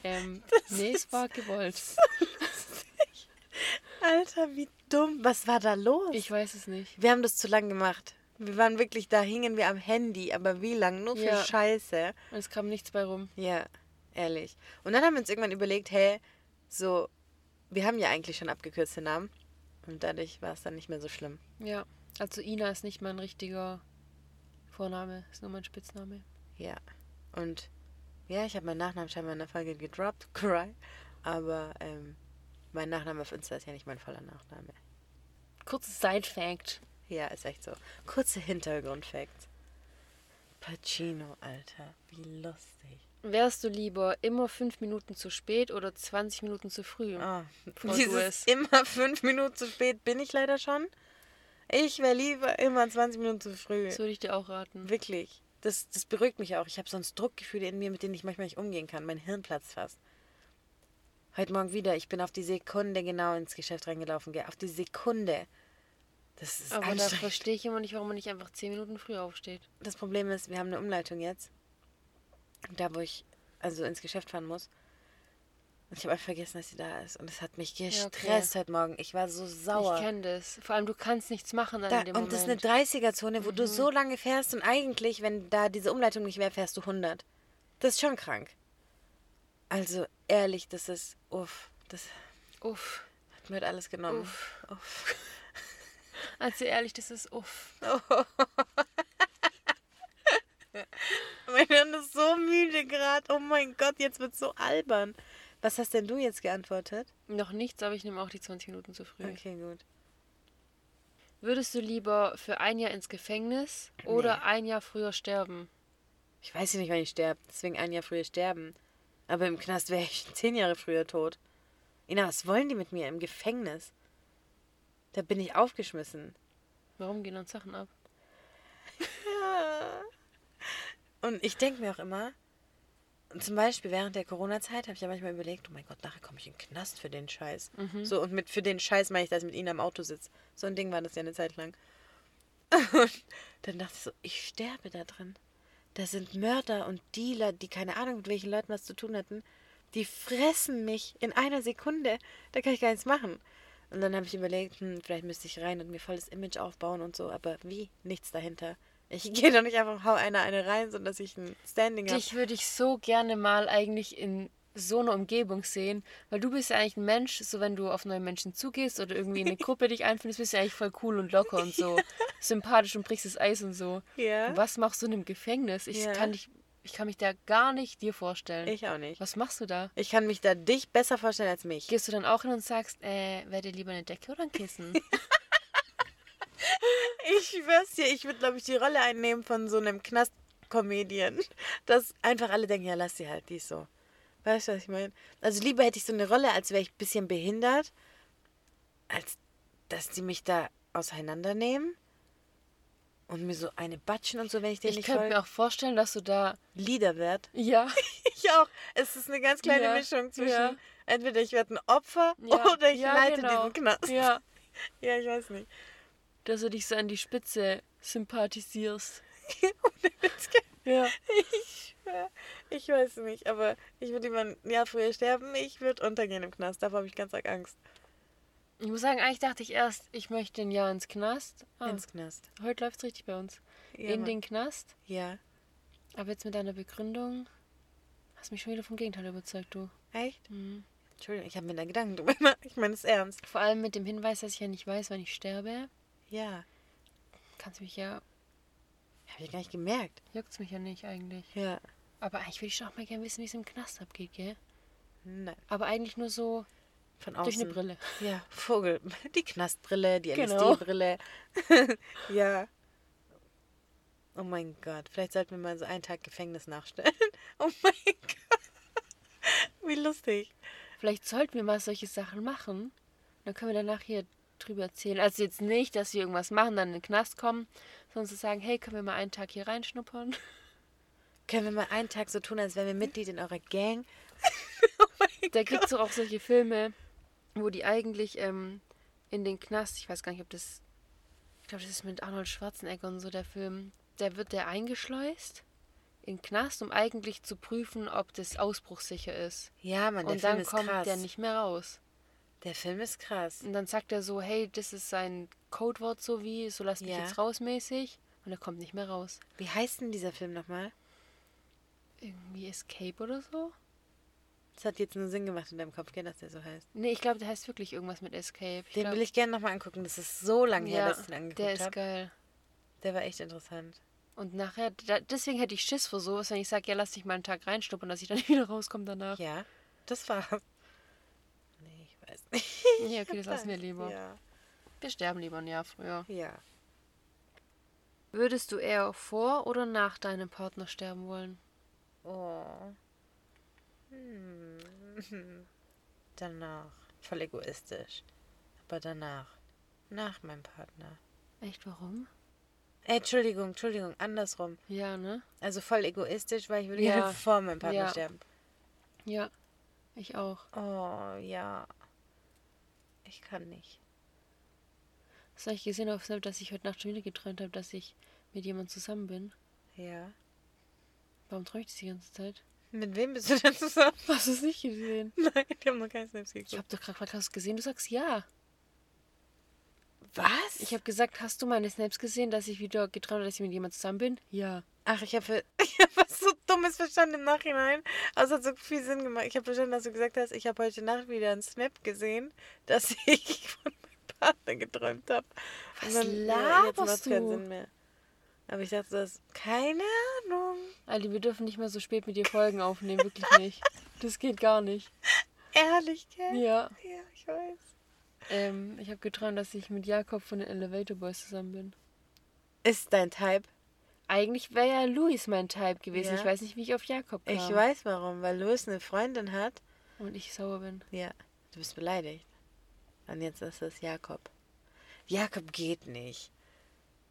Ähm, nee, es war gewollt. Alter, wie dumm. Was war da los? Ich weiß es nicht. Wir haben das zu lang gemacht. Wir waren wirklich, da hingen wir am Handy, aber wie lang? Nur für Ja. Scheiße. Und es kam nichts bei rum. Ja, ehrlich. Und dann haben wir uns irgendwann überlegt, hey, so, wir haben ja eigentlich schon abgekürzte Namen. Und dadurch war es dann nicht mehr so schlimm. Ja, also Ina ist nicht mein richtiger Vorname, ist nur mein Spitzname. Ja. Und ja, ich habe meinen Nachnamen scheinbar in der Folge gedroppt, cry. Aber ähm, mein Nachname auf Insta ist ja nicht mein voller Nachname. Kurzes Side-Fact. Ja, ist echt so. Kurze Hintergrundfacts. Pacino, Alter. Wie lustig. Wärst du lieber immer fünf Minuten zu spät oder 20 Minuten zu früh? Ah, Frau dieses Duess. immer fünf Minuten zu spät bin ich leider schon. Ich wäre lieber immer 20 Minuten zu früh. Das würde ich dir auch raten. Wirklich. Das, das beruhigt mich auch. Ich habe sonst Druckgefühle in mir, mit denen ich manchmal nicht umgehen kann. Mein Hirn platzt fast. Heute Morgen wieder. Ich bin auf die Sekunde genau ins Geschäft reingelaufen. Gell? Auf die Sekunde. Das ist Aber da anstrengend. verstehe ich immer nicht, warum man nicht einfach 10 Minuten früh aufsteht. Das Problem ist, wir haben eine Umleitung jetzt. Da, wo ich also ins Geschäft fahren muss. Und ich habe einfach vergessen, dass sie da ist. Und es hat mich Ja, okay. gestresst heute Morgen. Ich war so sauer. Ich kenne das. Vor allem, du kannst nichts machen dann Da, in dem und das ist eine Moment. Mhm. 30er-Zone, wo du so lange fährst und eigentlich, wenn da diese Umleitung nicht wäre, fährst du 100. Das ist schon krank. Also ehrlich, das ist, uff, das Uff. hat mir heute alles genommen. Uff. Uff. Also ehrlich, das ist uff. Mein Hirn ist so müde gerade. Oh mein Gott, jetzt wird so albern. Was hast denn du jetzt geantwortet? Noch nichts, aber ich nehme auch die 20 Minuten zu früh. Okay, gut. Würdest du lieber für ein Jahr ins Gefängnis oder ein Jahr früher sterben? Ich weiß ja nicht, wann ich sterbe. Deswegen ein Jahr früher sterben. Aber im Knast wäre ich zehn Jahre früher tot. Ina, was wollen die mit mir im Gefängnis? Da bin ich aufgeschmissen. Warum gehen uns Sachen ab? Und ich denke mir auch immer, zum Beispiel während der Corona-Zeit habe ich ja manchmal überlegt, oh mein Gott, nachher komme ich in den Knast für den Scheiß. So, und mit für den Scheiß meine ich, dass ich mit ihnen am Auto sitze. So ein Ding war das ja eine Zeit lang. Und dann dachte ich so, ich sterbe da drin. Da sind Mörder und Dealer, die keine Ahnung mit welchen Leuten was zu tun hatten. Die fressen mich in einer Sekunde. Da kann ich gar nichts machen. Und dann habe ich überlegt, hm, vielleicht müsste ich rein und mir volles Image aufbauen und so. Aber wie? Nichts dahinter. Ich gehe doch nicht einfach, hau einer eine rein, sondern dass ich ein Standing habe. Dich würde ich so gerne mal eigentlich in so einer Umgebung sehen, weil du bist ja eigentlich ein Mensch, so wenn du auf neue Menschen zugehst oder irgendwie in eine Gruppe dich einfindest, bist du ja eigentlich voll cool und locker und so sympathisch und brichst das Eis und so. Ja. Und was machst du in einem Gefängnis? Ich Ja. kann dich, ich kann mich da gar nicht dir vorstellen. Ich auch nicht. Was machst du da? Ich kann mich da dich besser vorstellen als mich. Gehst du dann auch hin und sagst, äh, wäre dir lieber eine Decke oder ein Kissen? Ich schwör's dir, ich würde, glaube ich, die Rolle einnehmen von so einem Knast-Comedian. Dass einfach alle denken, ja, lass sie halt, die ist so. Weißt du, was ich meine? Also lieber hätte ich so eine Rolle, als wäre ich ein bisschen behindert, als dass die mich da auseinandernehmen und mir so eine batschen und so, wenn ich denen ich nicht könnte mir folge. auch vorstellen, dass du da, Lieder werd. ja, Ich auch. Es ist eine ganz kleine Ja, Mischung zwischen ja. entweder ich werde ein Opfer ja oder ich ja, leite genau. diesen Knast. Ja, ja, ich weiß nicht. dass du dich so an die Spitze sympathisierst. Ohne Witz, gell? Ja. Ich schwör, ich weiß nicht, aber ich würde immer ein Jahr früher sterben. Ich würde untergehen im Knast. Davor habe ich ganz arg Angst. Ich muss sagen, eigentlich dachte ich erst, ich möchte ein Jahr ins Knast. Ah, Ins Knast. heute läuft's richtig bei uns. Ja, in Mann. den Knast. ja. Aber jetzt mit deiner Begründung hast mich schon wieder vom Gegenteil überzeugt, du. Echt? Entschuldigung, ich habe mir da Gedanken drüber gemacht. Ich meine es ernst. Vor allem mit dem Hinweis, dass ich ja nicht weiß, wann ich sterbe, Ja. kannst mich ja, Habe ich gar nicht gemerkt. juckt's mich ja nicht eigentlich. Ja. Aber eigentlich würde ich schon auch mal gerne wissen, wie es im Knast abgeht, gell? Nein. Aber eigentlich nur so Von durch eine außen. Brille. Ja, Vogel. Die Knastbrille, die Genau. LSD-Brille. ja. Oh mein Gott, vielleicht sollten wir mal so einen Tag Gefängnis nachstellen. Oh mein Gott. Wie lustig. Vielleicht sollten wir mal solche Sachen machen. Dann können wir danach hier drüber erzählen. Also jetzt nicht, dass wir irgendwas machen, dann in den Knast kommen, sondern zu sagen, hey, können wir mal einen Tag hier reinschnuppern? Können wir mal einen Tag so tun, als wären wir Mitglied in eurer Gang? Da kriegst du auch solche Filme, wo die eigentlich ähm, in den Knast, ich weiß gar nicht, ob das, ich glaube, das ist mit Arnold Schwarzenegger und so der Film, da wird der eingeschleust in den Knast, um eigentlich zu prüfen, ob das ausbruchssicher ist. Ja, Mann, der und Film dann ist kommt krass. der nicht mehr raus. Der Film ist krass. Und dann sagt er so, hey, das ist sein Codewort so wie, so lass mich Ja. jetzt raus mäßig. Und er kommt nicht mehr raus. Wie heißt denn dieser Film nochmal? Irgendwie Escape oder so? Das hat jetzt nur Sinn gemacht in deinem Kopf, gell, dass der so heißt. Nee, ich glaube, der heißt wirklich irgendwas mit Escape. Ich Den glaub, will ich gerne nochmal angucken. Das ist so lange her, ja, dass ich den der angeguckt ist habe. geil. Der war echt interessant. Und nachher, da, deswegen hätte ich Schiss vor sowas, wenn ich sage, ja, lass dich mal einen Tag reinschnuppern, dass ich dann wieder rauskomme danach. Ja, Ja, das war's. Nee, ich weiß nicht. okay, das lassen wir lieber. Ja. Wir sterben lieber ein Jahr früher. ja. Würdest du eher vor oder nach deinem Partner sterben wollen? Oh. Hm. Danach. Voll egoistisch. Aber danach. Nach meinem Partner. Echt, warum? Äh, Entschuldigung, Entschuldigung, andersrum. Ja, ne? Also voll egoistisch, weil ich würde Ja. gerne vor meinem Partner Ja. sterben. Ja, ich auch. Oh, ja. Ich kann nicht. Hast du eigentlich gesehen auf Snap, dass ich heute Nacht schon wieder geträumt habe, dass ich mit jemandem zusammen bin? Ja. Warum träume ich das die ganze Zeit? Mit wem bist du denn zusammen? Hast du es nicht gesehen? Nein, ich habe noch keinen Snaps Ich geguckt. habe doch gerade gefragt, hast du es gesehen? Du sagst ja. Was? Ich habe gesagt, hast du meine Snaps gesehen, dass ich wieder geträumt habe, dass ich mit jemandem zusammen bin? Ja. Ach, ich habe ich hab was so Dummes verstanden im Nachhinein. Also hat so viel Sinn gemacht. Ich habe verstanden, dass du gesagt hast, ich habe heute Nacht wieder einen Snap gesehen, dass ich von meinem Partner geträumt habe. Was ja, jetzt laberst macht's keinen du? Sinn mehr. Aber ich dachte, das ist keine Ahnung. Ali, wir dürfen nicht mehr so spät mit dir Folgen aufnehmen, wirklich nicht. Das geht gar nicht. Ehrlich, gell? Ja. Ja, ich weiß. Ähm, ich habe geträumt, dass ich mit Jakob von den Elevator Boys zusammen bin. Ist dein Type? Eigentlich wäre ja Luis mein Type gewesen. Ja. Ich weiß nicht, wie ich auf Jakob kam. Ich weiß warum, weil Louis eine Freundin hat. Und ich sauer bin. Ja, du bist beleidigt. Und jetzt ist es Jakob. Jakob geht nicht.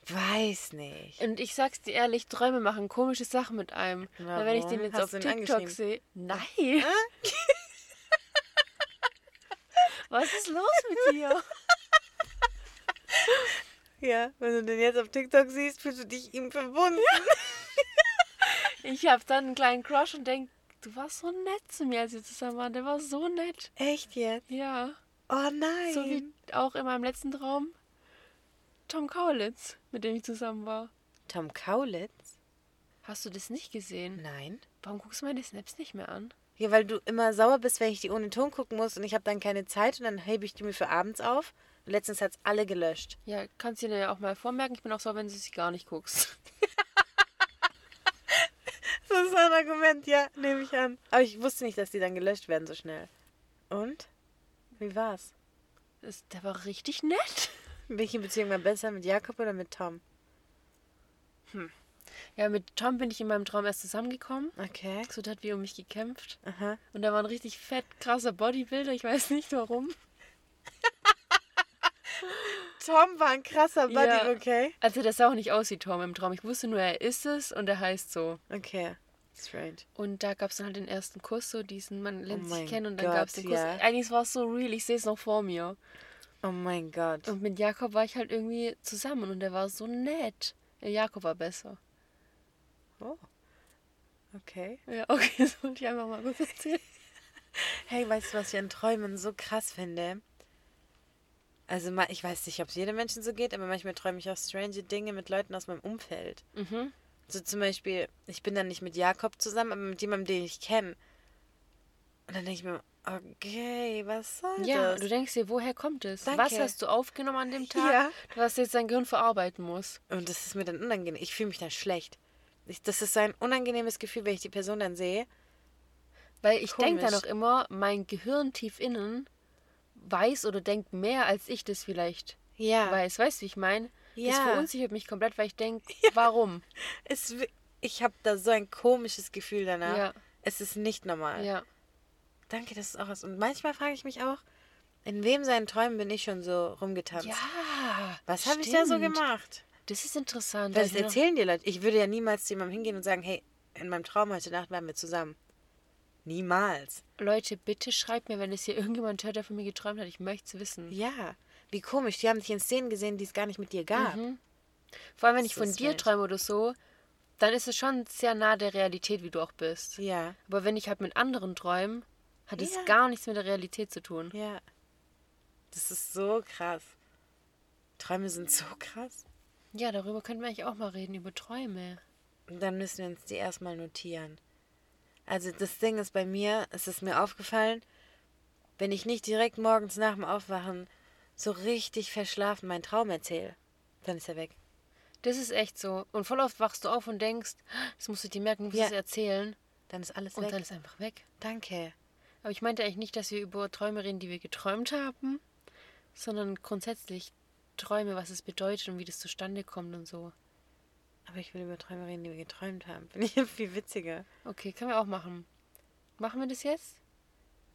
Weiß nicht. Und ich sag's dir ehrlich, Träume machen komische Sachen mit einem. Weil wenn ich den Warum? jetzt Hast auf du ihn TikTok angeschrieben? sehe. Nein! Was ist los mit dir? Ja, wenn du den jetzt auf TikTok siehst, fühlst du dich ihm verbunden. Ich habe dann einen kleinen Crush und denk, du warst so nett zu mir, als wir zusammen waren. Der war so nett. Echt jetzt? Ja. Oh nein. So wie auch in meinem letzten Traum Tom Kaulitz, mit dem ich zusammen war. Tom Kaulitz? Hast du das nicht gesehen? Nein. Warum guckst du meine Snaps nicht mehr an? Ja, weil du immer sauer bist, wenn ich die ohne Ton gucken muss und ich habe dann keine Zeit und dann hebe ich die mir für abends auf. Und letztens hat's alle gelöscht. Ja, kannst du dir ja auch mal vormerken. Ich bin auch sauer, wenn du sie gar nicht guckst. Das ist ein Argument, ja, nehme ich an. Aber ich wusste nicht, dass die dann gelöscht werden so schnell. Und? Wie war's? Das, der war richtig nett. Bin ich in Beziehung mal besser mit Jakob oder mit Tom? Ja, mit Tom bin ich in meinem Traum erst zusammengekommen. Okay. So hat wie um mich gekämpft. Aha. Und da war ein richtig fett, krasser Bodybuilder. Ich weiß nicht warum. Tom war ein krasser Buddy, Ja. okay? Also, das sah auch nicht aus wie Tom im Traum. Ich wusste nur, er ist es und er heißt so. Okay. Strange. Und da gab es dann halt den ersten Kuss, so diesen, man lernt Oh sich mein kennen und dann Gott, gab es den Kuss. ja. Eigentlich war es so real, ich sehe es noch vor mir. Oh mein Gott. Und mit Jakob war ich halt irgendwie zusammen und er war so nett. Ja, Jakob war besser. Oh. Okay. Ja, okay, das wollte ich einfach mal kurz erzählen. Hey, weißt du, was ich an Träumen so krass finde? Also, ma- ich weiß nicht, ob es jedem Menschen so geht, aber manchmal träume ich auch strange Dinge mit Leuten aus meinem Umfeld. Mhm. So zum Beispiel, ich bin dann nicht mit Jakob zusammen, aber mit jemandem, den ich kenne. Und dann denke ich mir, okay, was soll Ja, das? du denkst dir, woher kommt es? Danke. Was hast du aufgenommen an dem Tag, Ja. was jetzt dein Gehirn verarbeiten muss? Und das ist mir dann unangenehm. Ich fühle mich dann schlecht. Ich, das ist so ein unangenehmes Gefühl, wenn ich die Person dann sehe. Weil ich denke dann Komisch. auch immer, mein Gehirn tief innen weiß oder denkt mehr, als ich das vielleicht Ja. weiß. Weißt du, wie ich meine? Das Ja. verunsichert mich komplett, weil ich denke, warum? Es, wi- ich habe da so ein komisches Gefühl danach. Ja. Es ist nicht normal. ja. Danke, das ist auch was. Und manchmal frage ich mich auch, in wem seinen Träumen bin ich schon so rumgetanzt? Ja. was habe ich da so stimmt. gemacht? Das ist interessant. Da Das hab ich mir noch- erzählen dir Leute. Ich würde ja niemals zu jemandem hingehen und sagen, hey, in meinem Traum heute Nacht waren wir zusammen. Niemals. Leute, bitte schreibt mir, wenn es hier irgendjemand hört, der von mir geträumt hat. Ich möchte es wissen. Ja. Wie komisch. Die haben dich in Szenen gesehen, die es gar nicht mit dir gab. Mhm. Vor allem, wenn ich Das von ist dir wild. träume oder so, dann ist es schon sehr nah der Realität, wie du auch bist. Ja. Aber wenn ich halt mit anderen träume, hat es Ja. gar nichts mit der Realität zu tun. Ja. Das ist so krass. Träume sind so krass. Ja, darüber könnten wir eigentlich auch mal reden, über Träume. Und Dann müssen wir uns die erstmal notieren. Also das Ding ist bei mir, es ist mir aufgefallen, wenn ich nicht direkt morgens nach dem Aufwachen so richtig verschlafen meinen Traum erzähle, dann ist er weg. Das ist echt so. Und voll oft wachst du auf und denkst, das musst du dir merken, du musst Ja. es erzählen. Dann ist alles Und weg. dann ist es einfach weg. Danke. Aber ich meinte eigentlich nicht, dass wir über Träume reden, die wir geträumt haben, sondern grundsätzlich Träume, was es bedeutet und wie das zustande kommt und so. Aber ich will über Träume reden, die wir geträumt haben. Finde ich viel witziger. Okay, können wir auch machen. Machen wir das jetzt?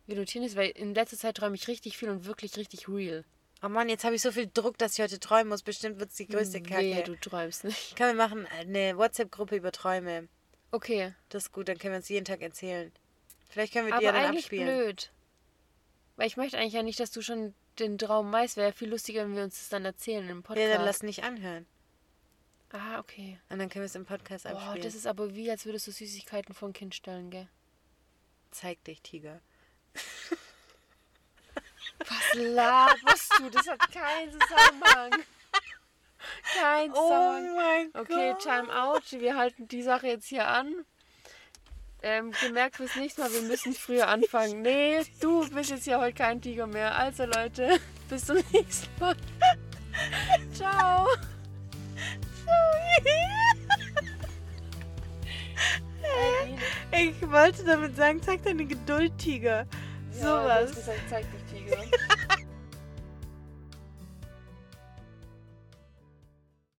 Wir notieren das, weil in letzter Zeit träume ich richtig viel und wirklich richtig real. Oh Mann, jetzt habe ich so viel Druck, dass ich heute träumen muss. Bestimmt wird es die größte Wehe, Kacke. Mm, du träumst nicht. Können wir machen äh, eine WhatsApp-Gruppe über Träume. Okay, Das ist gut, dann können wir uns jeden Tag erzählen. Vielleicht können wir die ja aber dann eigentlich abspielen. blöd. Weil ich möchte eigentlich ja nicht, dass du schon den Traum weißt. Wäre ja viel lustiger, wenn wir uns das dann erzählen im Podcast. Ja, dann lass nicht anhören. ah, okay. Und dann können wir es im Podcast Boah, abspielen. das ist aber wie, als würdest du Süßigkeiten vor ein Kind stellen, gell? Zeig dich, Tiger. Was laberst du? Das hat keinen Zusammenhang. Kein Zusammenhang. Oh mein Okay, Time out. Wir halten die Sache jetzt hier an. Ähm, gemerkt fürs nächste Mal, wir müssen früher anfangen. Nee, du bist jetzt hier heute kein Tiger mehr. Also Leute, bis zum nächsten Mal. Ciao. Ich wollte damit sagen, zeig deine Geduld, Tiger. Sowas. Zeig dich, Tiger.